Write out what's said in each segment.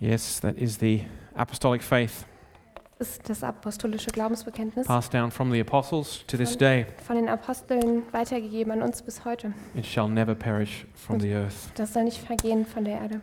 Yes, that is the apostolic faith Das ist das apostolische Glaubensbekenntnis passed down from the apostles to this Fun. day. von den Aposteln weitergegeben an uns bis heute. It shall never perish from the earth. Das soll nicht vergehen von der Erde.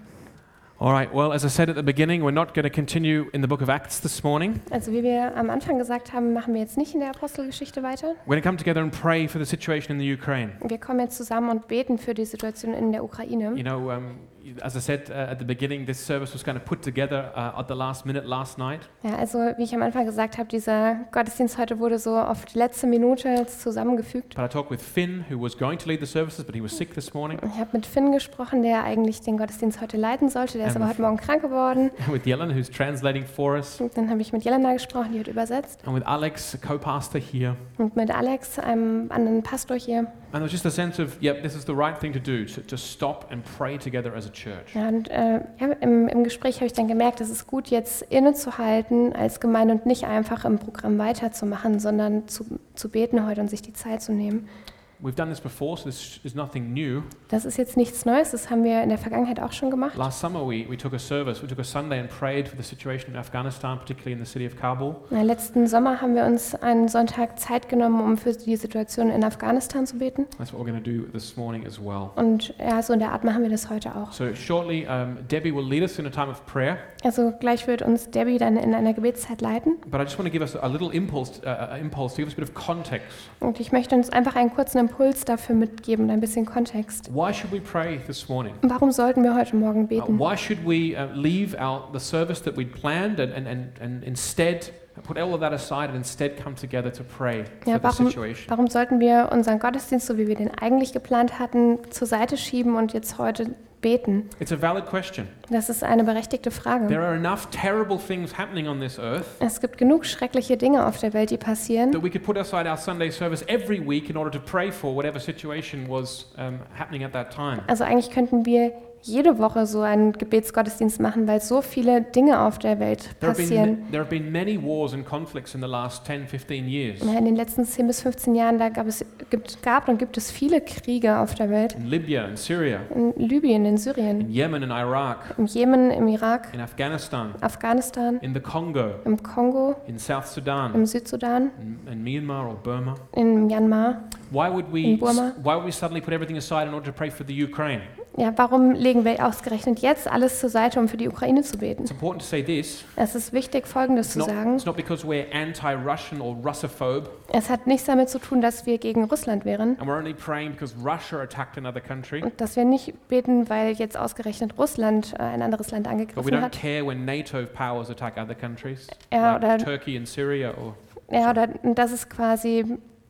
All right, well, as I said at the beginning, we're not going to continue in the book of Acts this morning. Also wie wir am Anfang gesagt haben, machen wir jetzt nicht in der Apostelgeschichte weiter. We're going to come together and pray for the situation in the Ukraine. Wir kommen jetzt zusammen und beten für die Situation in der Ukraine. You know, um, as I said uh, at the beginning, this service was kind of put together uh, at the last minute last night. Ja, also wie ich am Anfang gesagt habe, dieser Gottesdienst heute wurde so auf die letzte Minute jetzt zusammengefügt. But I talked with Finn, who was going to lead the services, but he was sick this morning, Ich habe mit Finn gesprochen, der eigentlich den Gottesdienst heute leiten sollte. Der ist Ähm. aber heute Morgen krank geworden. and with Yelena, who's translating for us, Und dann habe ich mit Jelena gesprochen, die hat übersetzt. and with Alex, a co-pastor here. Und mit Alex, einem anderen Pastor hier. And there was just a sense of, yep, this is the right thing to do, to, to stop and pray together as a church. Ja, und äh, ja, im, im Gespräch habe ich dann gemerkt, es ist gut, jetzt innezuhalten als Gemeinde und nicht einfach im Programm weiterzumachen, sondern zu, zu beten heute und sich die Zeit zu nehmen. We've done this before, so this is nothing new. Das ist jetzt nichts Neues, das haben wir in der Vergangenheit auch schon gemacht. Last summer, we, we took a service, we took a Sunday and prayed for the situation in Afghanistan, particularly in the city of Kabul. Na, letzten Sommer haben wir uns einen Sonntag Zeit genommen, um für die Situation in Afghanistan zu beten. That's what we're going to do this morning as well. Und ja, so in der Art machen wir das heute auch. So shortly, um, Debbie will lead us in a time of prayer, Also gleich wird uns Debbie dann in einer Gebetszeit leiten. but I just want to give us a little impulse, uh, uh, impulse to give us a bit of context. Und ich möchte uns einfach einen kurzen Impuls dafür mitgeben, und ein bisschen Kontext. Why should we pray this morning? Warum sollten wir heute Morgen Uh, beten? why should we uh, leave out the service that we'd planned and, and, and, and instead put all of that aside and instead come together to pray Ja, for the warum- situation? Warum sollten wir unseren Gottesdienst, so wie wir den eigentlich geplant hatten, zur Seite schieben und jetzt heute beten? It's a valid question. Das ist eine berechtigte Frage. There are enough terrible things happening on this earth Es gibt genug schreckliche Dinge auf der Welt, die passieren. that we could put aside our Sunday service every week in order to pray for whatever situation was um, happening at that time. Also eigentlich könnten wir jede Woche so einen Gebetsgottesdienst machen, weil so viele Dinge auf der Welt There have, passieren. been, there have been many wars and conflicts in the last 10, 15 years. Ja, In den letzten 10 bis 15 Jahren, da gab es gibt, gab und gibt es viele Kriege auf der Welt. In Libya, in Syria, In Libyen, in Syrien, in Yemen and Iraq, im Jemen, im Irak, in Afghanistan, Afghanistan, in the Congo, im Kongo, in South Sudan, im Südsudan, in, in Myanmar or Burma? in Myanmar. Why would we In Burma? why would we suddenly put everything aside in order to pray for the Ukraine? Ja, warum legen wir ausgerechnet jetzt alles zur Seite, um für die Ukraine zu beten? It's important to say this. Es ist wichtig, Folgendes It's zu not, sagen. it's not because we're anti-Russian or Russophobe, Es hat nichts damit zu tun, dass wir gegen Russland wären and we're only praying because Russia attacked another country. und dass wir nicht beten, weil jetzt ausgerechnet Russland äh, ein anderes Land But we angegriffen don't hat. care when NATO powers attack other countries, Ja, like oder, Turkey and Syria, or ja, oder dass es quasi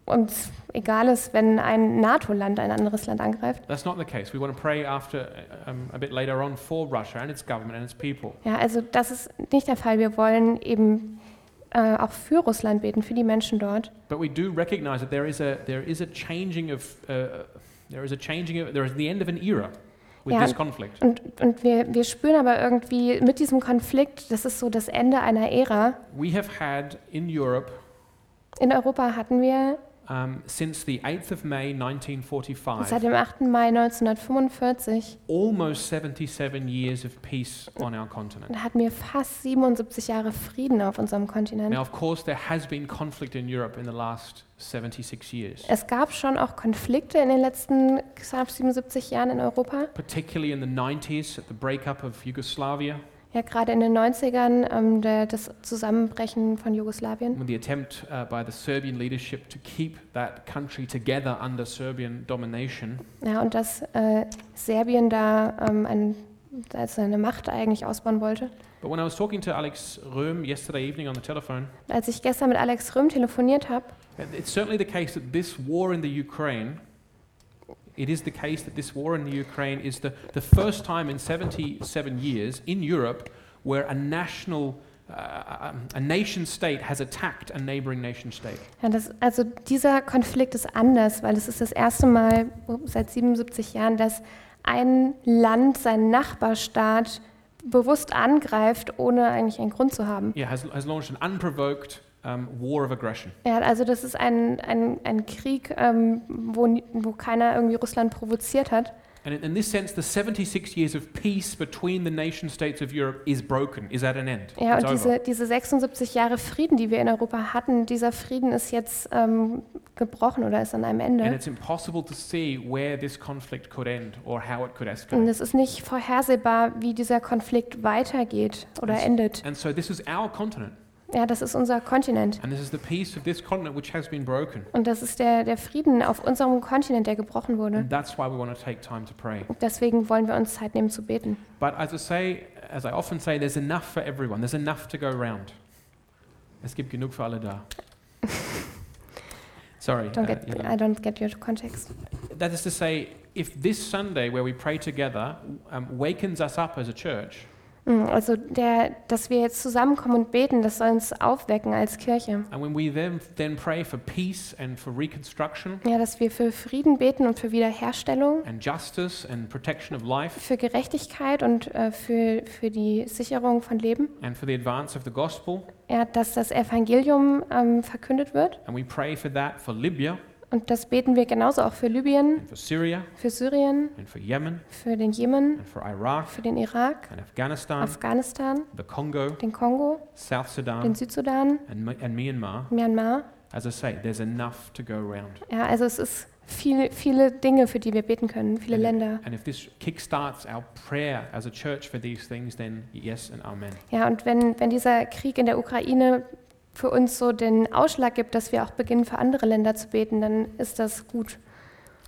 uns egal ist, wenn ein NATO-Land ein anderes Land angreift. that's not the case. We want to pray after um, a bit later on for Russia and its government and its people. Ja, also das ist nicht der Fall. Wir wollen eben äh, auch für Russland beten, für die Menschen dort. But we do recognize that there is a there is a changing of uh, there is a changing of, there is the end of an era with Yeah. this conflict. Und, und wir, wir spüren aber irgendwie mit diesem Konflikt, das ist so das Ende einer Ära. We have had in Europe In Europa hatten wir um, since the 8th of May 1945 seit dem 8. Mai 1945 almost 77 years of peace on our continent. da hatten wir fast 77 Jahre Frieden auf unserem Kontinent. Now, of course, there has been conflict in Europe in the last 76 years, Es gab schon auch Konflikte in den letzten knapp 77 Jahren in Europa. particularly in the 90s at the breakup of Yugoslavia, Ja, gerade in den 90ern ähm, der, das Zusammenbrechen von Jugoslawien. with the attempt uh, by the Serbian leadership to keep that country together under Serbian domination. Ja, und dass äh, Serbien da ähm, ein, als seine Macht eigentlich ausbauen wollte. But when I was talking to Alex Röhm yesterday evening on the telephone, Und Als ich gestern mit Alex Röhm telefoniert habe, It's certainly the case that this war in the Ukraine, it is the case that this war in the Ukraine is the, the first time in 77 years in Europe where a national, uh, um, a nation state has attacked a neighboring nation state. Ja, das, also dieser Konflikt ist anders, weil es ist das erste Mal seit 77 Jahren, dass ein Land seinen Nachbarstaat bewusst angreift, ohne eigentlich einen Grund zu haben. Yeah, has, has launched an unprovoked um, war of aggression. Ja, also das ist ein, ein, ein Krieg, ähm, wo, ni- wo keiner irgendwie Russland provoziert hat. And in, in this sense, the 76 years of peace between the nation states of Europe is broken, is at an end. Ja, it's und over. diese, diese 76 Jahre Frieden, die wir in Europa hatten, dieser Frieden ist jetzt ähm, gebrochen oder ist an einem And Ende. it's impossible to see where this conflict could end or how it could Und escalate. es ist nicht vorhersehbar, wie dieser Konflikt weitergeht oder Das- endet. And so this is our continent, Ja, das ist unser Kontinent. and this is the peace of this continent which has been broken. Und das ist der, der Frieden auf unserem Kontinent, der gebrochen wurde. And that's why we want to take time to pray. Deswegen wollen wir uns Zeit nehmen zu beten. But as I say, as I often say, there's enough for everyone. There's enough to go round. Es gibt genug für alle da. Sorry. Don't uh, get, you know. I don't get your context. That is to say, if this Sunday where we pray together um, wakens us up as a church, Mm, Also, der, dass wir jetzt zusammenkommen und beten, das soll uns aufwecken als Kirche. and when we then, then pray for peace and for reconstruction Ja, dass wir für Frieden beten und für Wiederherstellung, and justice and protection of life für Gerechtigkeit und äh, für, für die Sicherung von Leben. and for the advance of the gospel, Ja, dass das Evangelium ähm, verkündet wird. and we pray for that for Libya Und das beten wir genauso auch für Libyen, and for Syria für Syrien, and for Yemen für den Jemen, and for Iraq für den Irak, and Afghanistan, Afghanistan, the Congo, den Kongo, South den Sudan, Südsudan, and, Mi- and Myanmar. Myanmar. As I say, there's enough to go around. Ja, also es ist viel, viele Dinge, für die wir beten können, viele Länder. And if this kickstarts our prayer as a church for these things, then yes and amen. Ja, und wenn, wenn dieser Krieg in der Ukraine für uns so den Ausschlag gibt, dass wir auch beginnen, für andere Länder zu beten, dann ist das gut.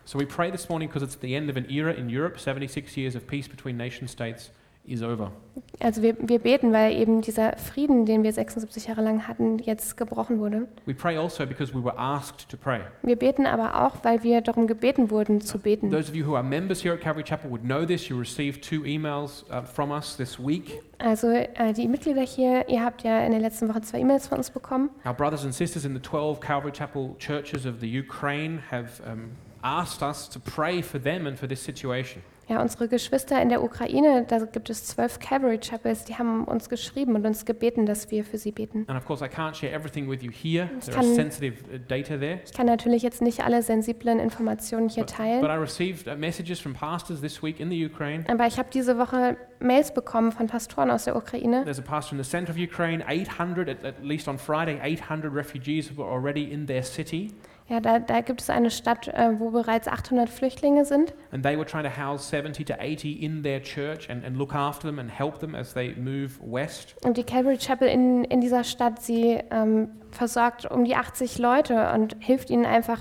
So we pray this morning because it's the end of an era in Europe. 76 years of peace between nation states is over. Also wir, wir beten, weil eben dieser Frieden, den wir 76 Jahre lang hatten, jetzt gebrochen wurde. We pray also because we were asked to pray. Wir beten aber auch, weil wir darum gebeten wurden zu beten. Those of you who are members here at Calvary Chapel would know this. You received two emails uh, from us this week. Also äh, die Mitglieder hier, ihr habt ja in der letzten Woche zwei E-Mails von uns bekommen. Our brothers and sisters in the 12 Calvary Chapel churches of the Ukraine have um, asked us to pray for them and for this situation. Ja, unsere Geschwister in der Ukraine, da gibt es zwölf Calvary Chapels, die haben uns geschrieben und uns gebeten, dass wir für sie beten. And of course, I can't share everything with you here. Ich There are kann- sensitive uh, data there. Ich kann natürlich jetzt nicht alle sensiblen Informationen hier But teilen, I received uh, messages from pastors this week in the Ukraine. aber ich habe diese Woche Mails bekommen von Pastoren aus der Ukraine. There's a pastor in the center of Ukraine, 800, at, at least on Friday, 800 refugees were already in their city, Ja, da, da gibt es eine Stadt, äh, wo bereits 800 Flüchtlinge sind and they were trying to house 70 to 80 in their church and, and look after them and help them as they move west. und die Calvary Chapel in, in dieser Stadt, sie ähm, versorgt um die 80 Leute und hilft ihnen einfach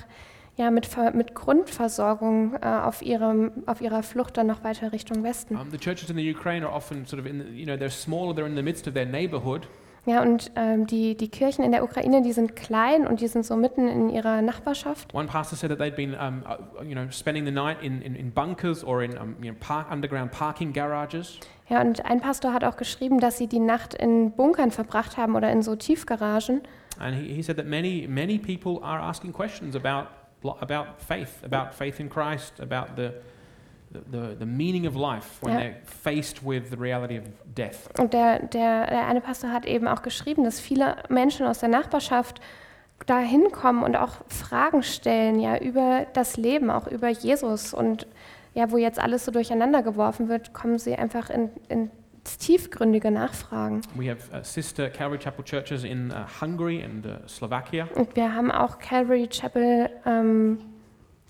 ja, mit, Ver- mit Grundversorgung äh, auf, ihrem, auf ihrer Flucht dann noch weiter Richtung Westen. Um, the churches in the Ukraine are often sort of in, the, you know, they're smaller, they're in the midst of their neighborhood, Ja, und ähm, die, die Kirchen in der Ukraine, die sind klein und die sind so mitten in ihrer Nachbarschaft. One pastor said that they'd been, um, uh, you know, spending the night in, in, in bunkers or in um, you know, park, underground parking garages. Ja, und ein Pastor hat auch geschrieben, dass sie die Nacht in Bunkern verbracht haben oder in so Tiefgaragen. And he, he said that many, many people are asking questions about, about faith, about faith in Christ, about the, the, the meaning of life when Yeah. they're faced with the reality of death. Und der, der, der eine Pastor hat eben auch geschrieben, dass viele Menschen aus der Nachbarschaft da hinkommen und auch Fragen stellen, ja, über das Leben, auch über Jesus. Und ja, wo jetzt alles so durcheinander geworfen wird, kommen sie einfach in, ins tiefgründige Nachfragen. We have uh, sister Calvary Chapel churches in uh, Hungary and uh, Slovakia. Und wir haben auch Calvary Chapel ähm,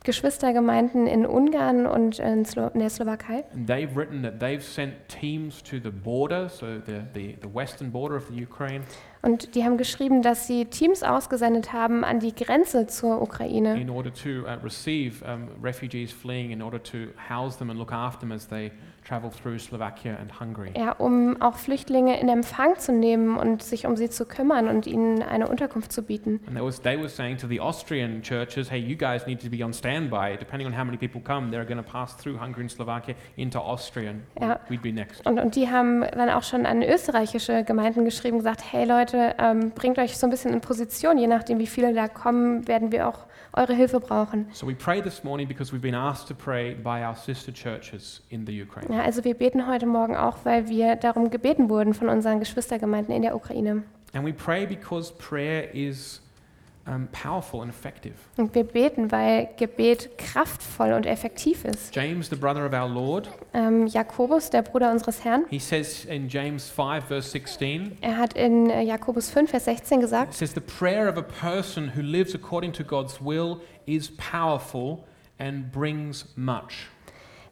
Geschwistergemeinden in Ungarn und in, Slo in der Slowakei. And they've written that they've sent teams to the border, so the, the, the western border of the Ukraine, Und die haben geschrieben, dass sie Teams ausgesendet haben an die Grenze zur Ukraine, in order to uh, receive um, refugees fleeing, in order to house them and look after them as they travel through Slovakia and Hungary. ja, um auch Flüchtlinge in Empfang zu nehmen und sich um sie zu kümmern und ihnen eine Unterkunft zu bieten. And there was, they were saying to the Austrian churches, hey, you guys need to be on standby. Depending on how many people come, they're going to pass through Hungary and Slovakia into Austria, and Yeah. we'd be next. Und, und die haben dann auch schon an österreichische Gemeinden geschrieben, gesagt, hey Leute, ähm, bringt euch so ein bisschen in Position, je nachdem wie viele da kommen, werden wir auch eure Hilfe brauchen. So we pray this morning because we've been asked to pray by our sister churches in the Ukraine. Ja, also wir beten heute Morgen auch, weil wir darum gebeten wurden von unseren Geschwistergemeinden in der Ukraine. And we pray because prayer is um, powerful and effective. Und wir beten, weil Gebet kraftvoll und effektiv ist. James, the brother of our Lord, Ähm, Jakobus, der Bruder unseres Herrn, he says in James 5, verse 16, er hat in äh, Jakobus 5, Vers 16 it gesagt, says, The prayer of a person who lives according to God's will is powerful and brings much.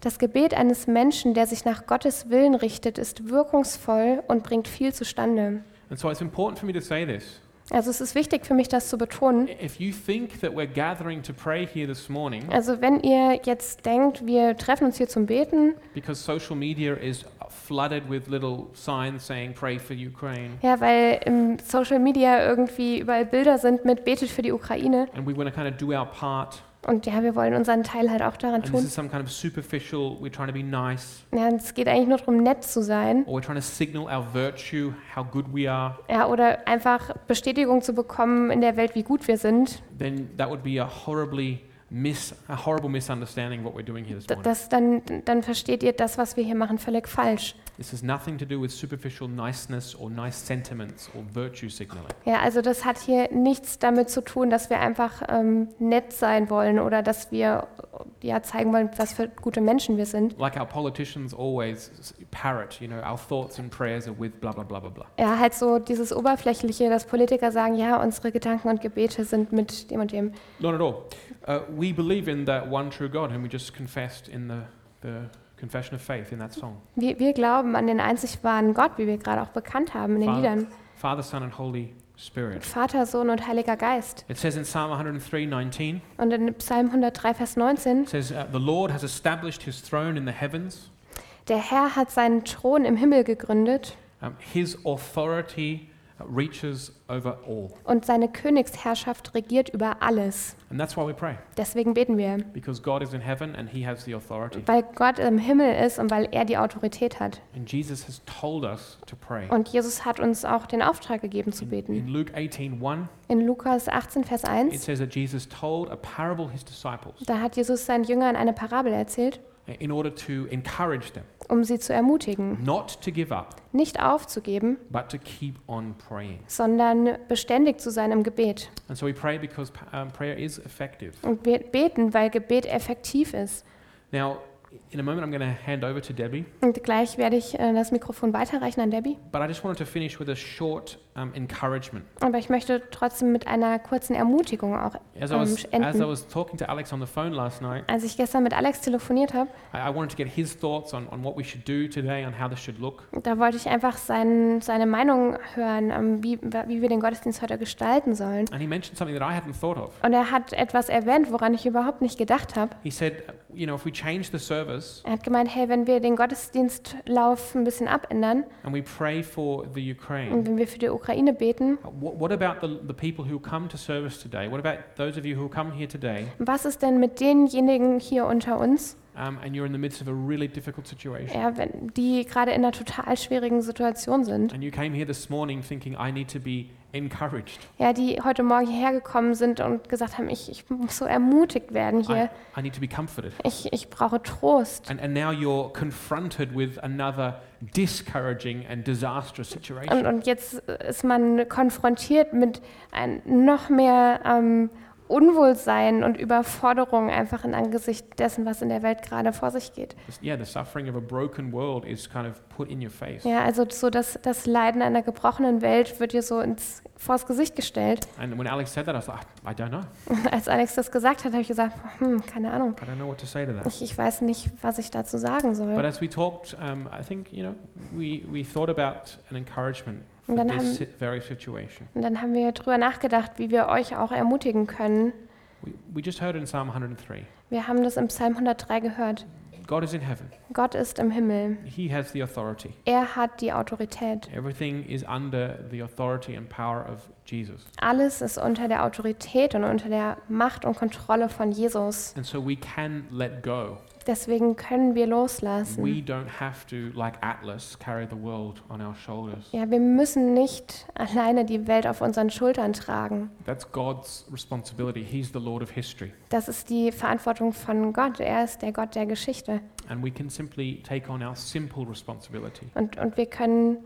das Gebet eines Menschen, der sich nach Gottes Willen richtet, ist wirkungsvoll und bringt viel zustande. And so it's important for me to say this. Also es ist wichtig für mich, das zu betonen. If you think that we're gathering to pray here this morning Also wenn ihr jetzt denkt, wir treffen uns hier zum Beten, because social media is flooded with little signs saying, Pray for Ukraine, ja, weil im Social Media irgendwie überall Bilder sind mit Betet für die Ukraine and we want to kind of do our part, und ja, wir wollen unseren Teil halt auch daran and this tun. is some kind of superficial, we're trying to be nice, Ja, es geht eigentlich nur darum, nett zu sein or we're trying to signal our virtue, how good we are, ja, oder einfach Bestätigung zu bekommen in der Welt, wie gut wir sind. then that would be a horribly mis a horrible misunderstanding of what we're doing here this D- morning. Das, dann, dann versteht ihr das, was wir hier machen, völlig falsch. This has nothing to do with superficial niceness or nice sentiments or virtue signaling. Ja, also das hat hier nichts damit zu tun, dass wir einfach ähm, nett sein wollen oder dass wir äh, ja zeigen wollen, was für gute Menschen wir sind. Like our politicians always s- parrot, you know, our thoughts and prayers are with blah blah blah blah blah. Ja, halt so dieses Oberflächliche, dass Politiker sagen, ja, unsere Gedanken und Gebete sind mit dem und dem. Not at all. Uh, we believe in that one true God, whom we just confessed in the, the confession of faith in that song. Wir, wir glauben an den einzig wahren Gott, wie wir gerade auch bekannt haben in den Fa- Liedern. Father, Son, and Holy Spirit. Vater, Sohn und Heiliger Geist. It says in Psalm 103:19. Und in Psalm 103, Vers 19, It says, uh, The Lord has established his throne in the heavens. der Herr hat seinen Thron im Himmel gegründet Um, his authority uh, reaches over all. und seine Königsherrschaft regiert über alles. And that's why we pray, Deswegen beten wir, because God is in heaven and he has the authority. weil Gott im Himmel ist und weil er die Autorität hat. And Jesus has told us to pray. Und Jesus hat uns auch den Auftrag gegeben zu beten. In Luke 18:1, In Lukas 18, Vers it 1, says that Jesus told a parable his disciples uh, da hat Jesus seinen Jüngern eine Parabel erzählt, in order to encourage them um sie zu ermutigen, not to give up, nicht aufzugeben, but to keep on praying. sondern beständig zu sein im Gebet. And so we pray because um, prayer is effective. Und wir beten, weil Gebet effektiv ist. Now, in a moment, I'm going to hand over to Debbie, Und gleich werde ich äh, das Mikrofon weiterreichen an Debbie. but I just wanted to finish with a short um, encouragement. Aber ich möchte trotzdem mit einer kurzen Ermutigung auch As I, ähm, was, as I enden. was talking to Alex on the phone last night, Als ich gestern mit Alex telefoniert habe, I, I wanted to get his thoughts on, on what we should do today, on how this should look. da wollte ich einfach sein, seine Meinung hören, ähm, wie, wie wir den Gottesdienst heute gestalten sollen. And he mentioned something that I hadn't thought of. Und er hat etwas erwähnt, woran ich überhaupt nicht gedacht habe. He said, uh, you know, if we change the service Er hat gemeint, hey, wenn wir den Gottesdienstlauf ein bisschen abändern and we pray for the und Ukraine, wenn wir für die Ukraine beten, uh, what, what about the, the people who come to service today? What about those of you who come here today Was ist denn mit denjenigen hier unter uns, um, and you're in the midst of a really difficult situation? ja, wenn, die gerade in einer total schwierigen Situation sind? And you came here this morning thinking, I need to be encouraged. Ja, die heute Morgen hierher gekommen sind und gesagt haben, ich, ich muss so ermutigt werden I, hier. I need to be comforted. Ich, ich brauche Trost. And, and now you're confronted with another discouraging and disastrous situation. Und, und jetzt ist man konfrontiert mit ein, noch mehr ähm, Unwohlsein und Überforderung einfach in Angesicht dessen, was in der Welt gerade vor sich geht. It's- Yeah, the suffering of a broken world is kind of put in your face. Ja, also so das, das Leiden einer gebrochenen Welt wird dir so ins, vors Gesicht gestellt. And when Alex said that, I was like, I don't know. Als Alex das gesagt hat, habe ich gesagt, hm, keine Ahnung. I don't know what to say to that. Ich, ich weiß nicht, was ich dazu sagen But soll. as we talked, um, I think, you know, we, we thought about an encouragement for Und dann, this haben, si- very situation. und dann haben wir drüber nachgedacht, wie wir euch auch ermutigen können. We, we just heard in Psalm 103 Wir haben das im Psalm 103 gehört. God is in heaven, Gott ist im Himmel. He has the authority. Er hat die Autorität. Everything is under the authority and power of Jesus. Alles ist unter der Autorität und unter der Macht und Kontrolle von Jesus. And so we can let go. Deswegen können wir loslassen. We don't have to, like Atlas, carry the world on our shoulders. Ja, wir müssen nicht alleine die Welt auf unseren Schultern tragen. That's God's responsibility. He's the Lord of history. Das ist die Verantwortung von Gott. Er ist der Gott der Geschichte. And we can simply take on our simple responsibility Und, und wir können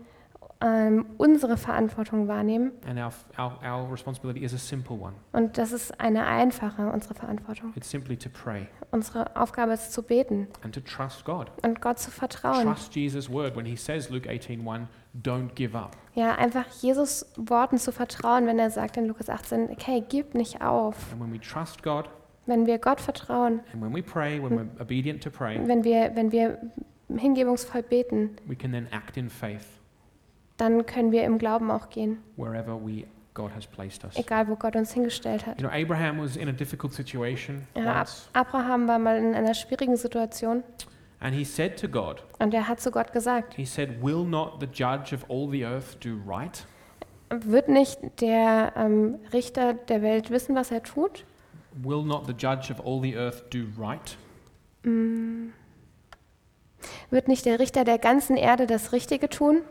ähm, unsere Verantwortung wahrnehmen. And our, our, our responsibility is a simple one Und das ist eine einfache, unsere Verantwortung. it's simply to pray Unsere Aufgabe ist zu beten and to trust God. und Gott zu vertrauen. Trust Jesus' word when he says, Luke 18 don't give up. Ja, einfach Jesus Worten zu vertrauen, wenn er sagt in Lukas 18, okay, gib nicht auf. And when we trust God Wenn wir Gott vertrauen, and when we pray, when we're obedient to pray, wenn wir, wenn wir hingebungsvoll beten, we can then act in faith dann können wir im Glauben auch gehen, wherever we God has placed us. egal wo Gott uns hingestellt hat. You know, Abraham was in a difficult situation Ja, Ab once, Abraham war mal in einer schwierigen Situation and he said to God, und er hat zu Gott gesagt, He said, Will not the judge of all the earth do right? wird nicht der ähm, Richter der Welt wissen, was er tut? Will not the judge of all the earth do right? Hm. Wird nicht der Richter der ganzen Erde das Richtige tun?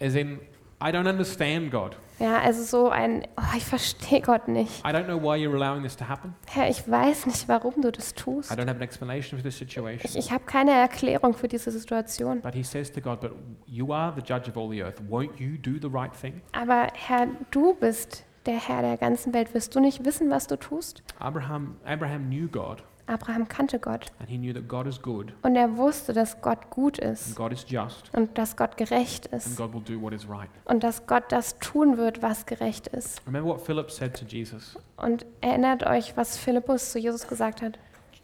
As in, I don't understand God. Ja, also so ein, oh, ich verstehe Gott nicht. I don't know why you're allowing this to happen. Herr, ich weiß nicht, warum du das tust. I don't have an explanation for this situation. Ich, ich habe keine Erklärung für diese Situation. But he says to God, But you are the judge of all the earth. Won't you do the right thing? Aber Herr, du bist der Herr der ganzen Welt. Wirst du nicht wissen, was du tust? Abraham, Abraham knew God, Abraham kannte Gott and he knew that God is good, und er wusste, dass Gott gut and ist God is just, und dass Gott gerecht and ist God will do what is right. und dass Gott das tun wird, was gerecht ist. Remember what Philip said to Jesus Und erinnert euch, was Philippus zu Jesus gesagt hat.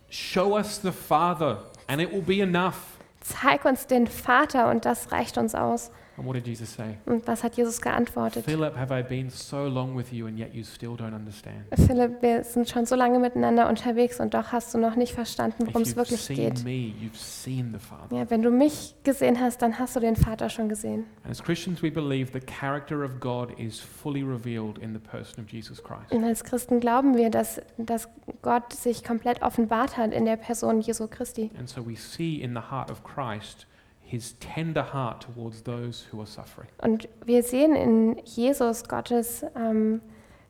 Show us the Father, and it will be enough. Zeig uns den Vater und das reicht uns aus. And what did Jesus say? Und was hat Jesus geantwortet? Philip, have I been so long with you, and yet you still don't understand? Philipp, wir sind schon so lange miteinander unterwegs und doch hast du noch nicht verstanden, worum If es you've wirklich seen geht. me, you've seen the Father. Ja, wenn du mich gesehen hast, dann hast du den Vater schon gesehen. And as Christians, we believe the character of God is fully revealed in the person of Jesus Christ. Und als Christen glauben wir, dass, dass Gott sich komplett offenbart hat in der Person Jesu Christi. And so we see in the heart of Christ his tender heart towards those who are suffering. Und wir sehen in Jesus Gottes, ähm,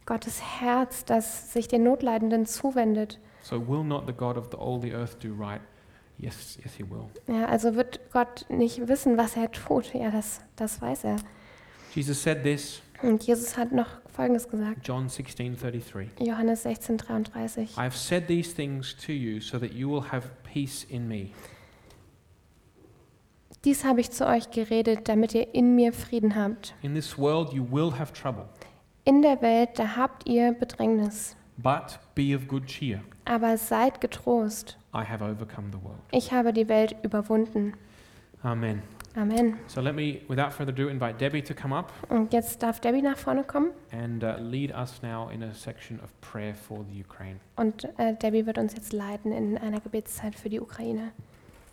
Gottes Herz, das sich den Notleidenden zuwendet. So will not the God of the, all the earth do right? Yes, yes, he will. Ja, also wird Gott nicht wissen, was er tut. Ja, das, das weiß er. Jesus said this, Und Jesus hat noch Folgendes gesagt. John 16:33. Johannes 16, 33. I have said these things to you so that you will have peace in me. Dies habe ich zu euch geredet, damit ihr in mir Frieden habt. In this world you will have trouble, In der Welt, da habt ihr Bedrängnis. but be of good cheer. Aber seid getrost. I have overcome the world. Ich habe die Welt überwunden. Amen. Amen. So let me, without further ado, invite Debbie to come up Und jetzt darf Debbie nach vorne kommen and uh, lead us now in a section of prayer for the Ukraine. und äh, Debbie wird uns jetzt leiten in einer Gebetszeit für die Ukraine.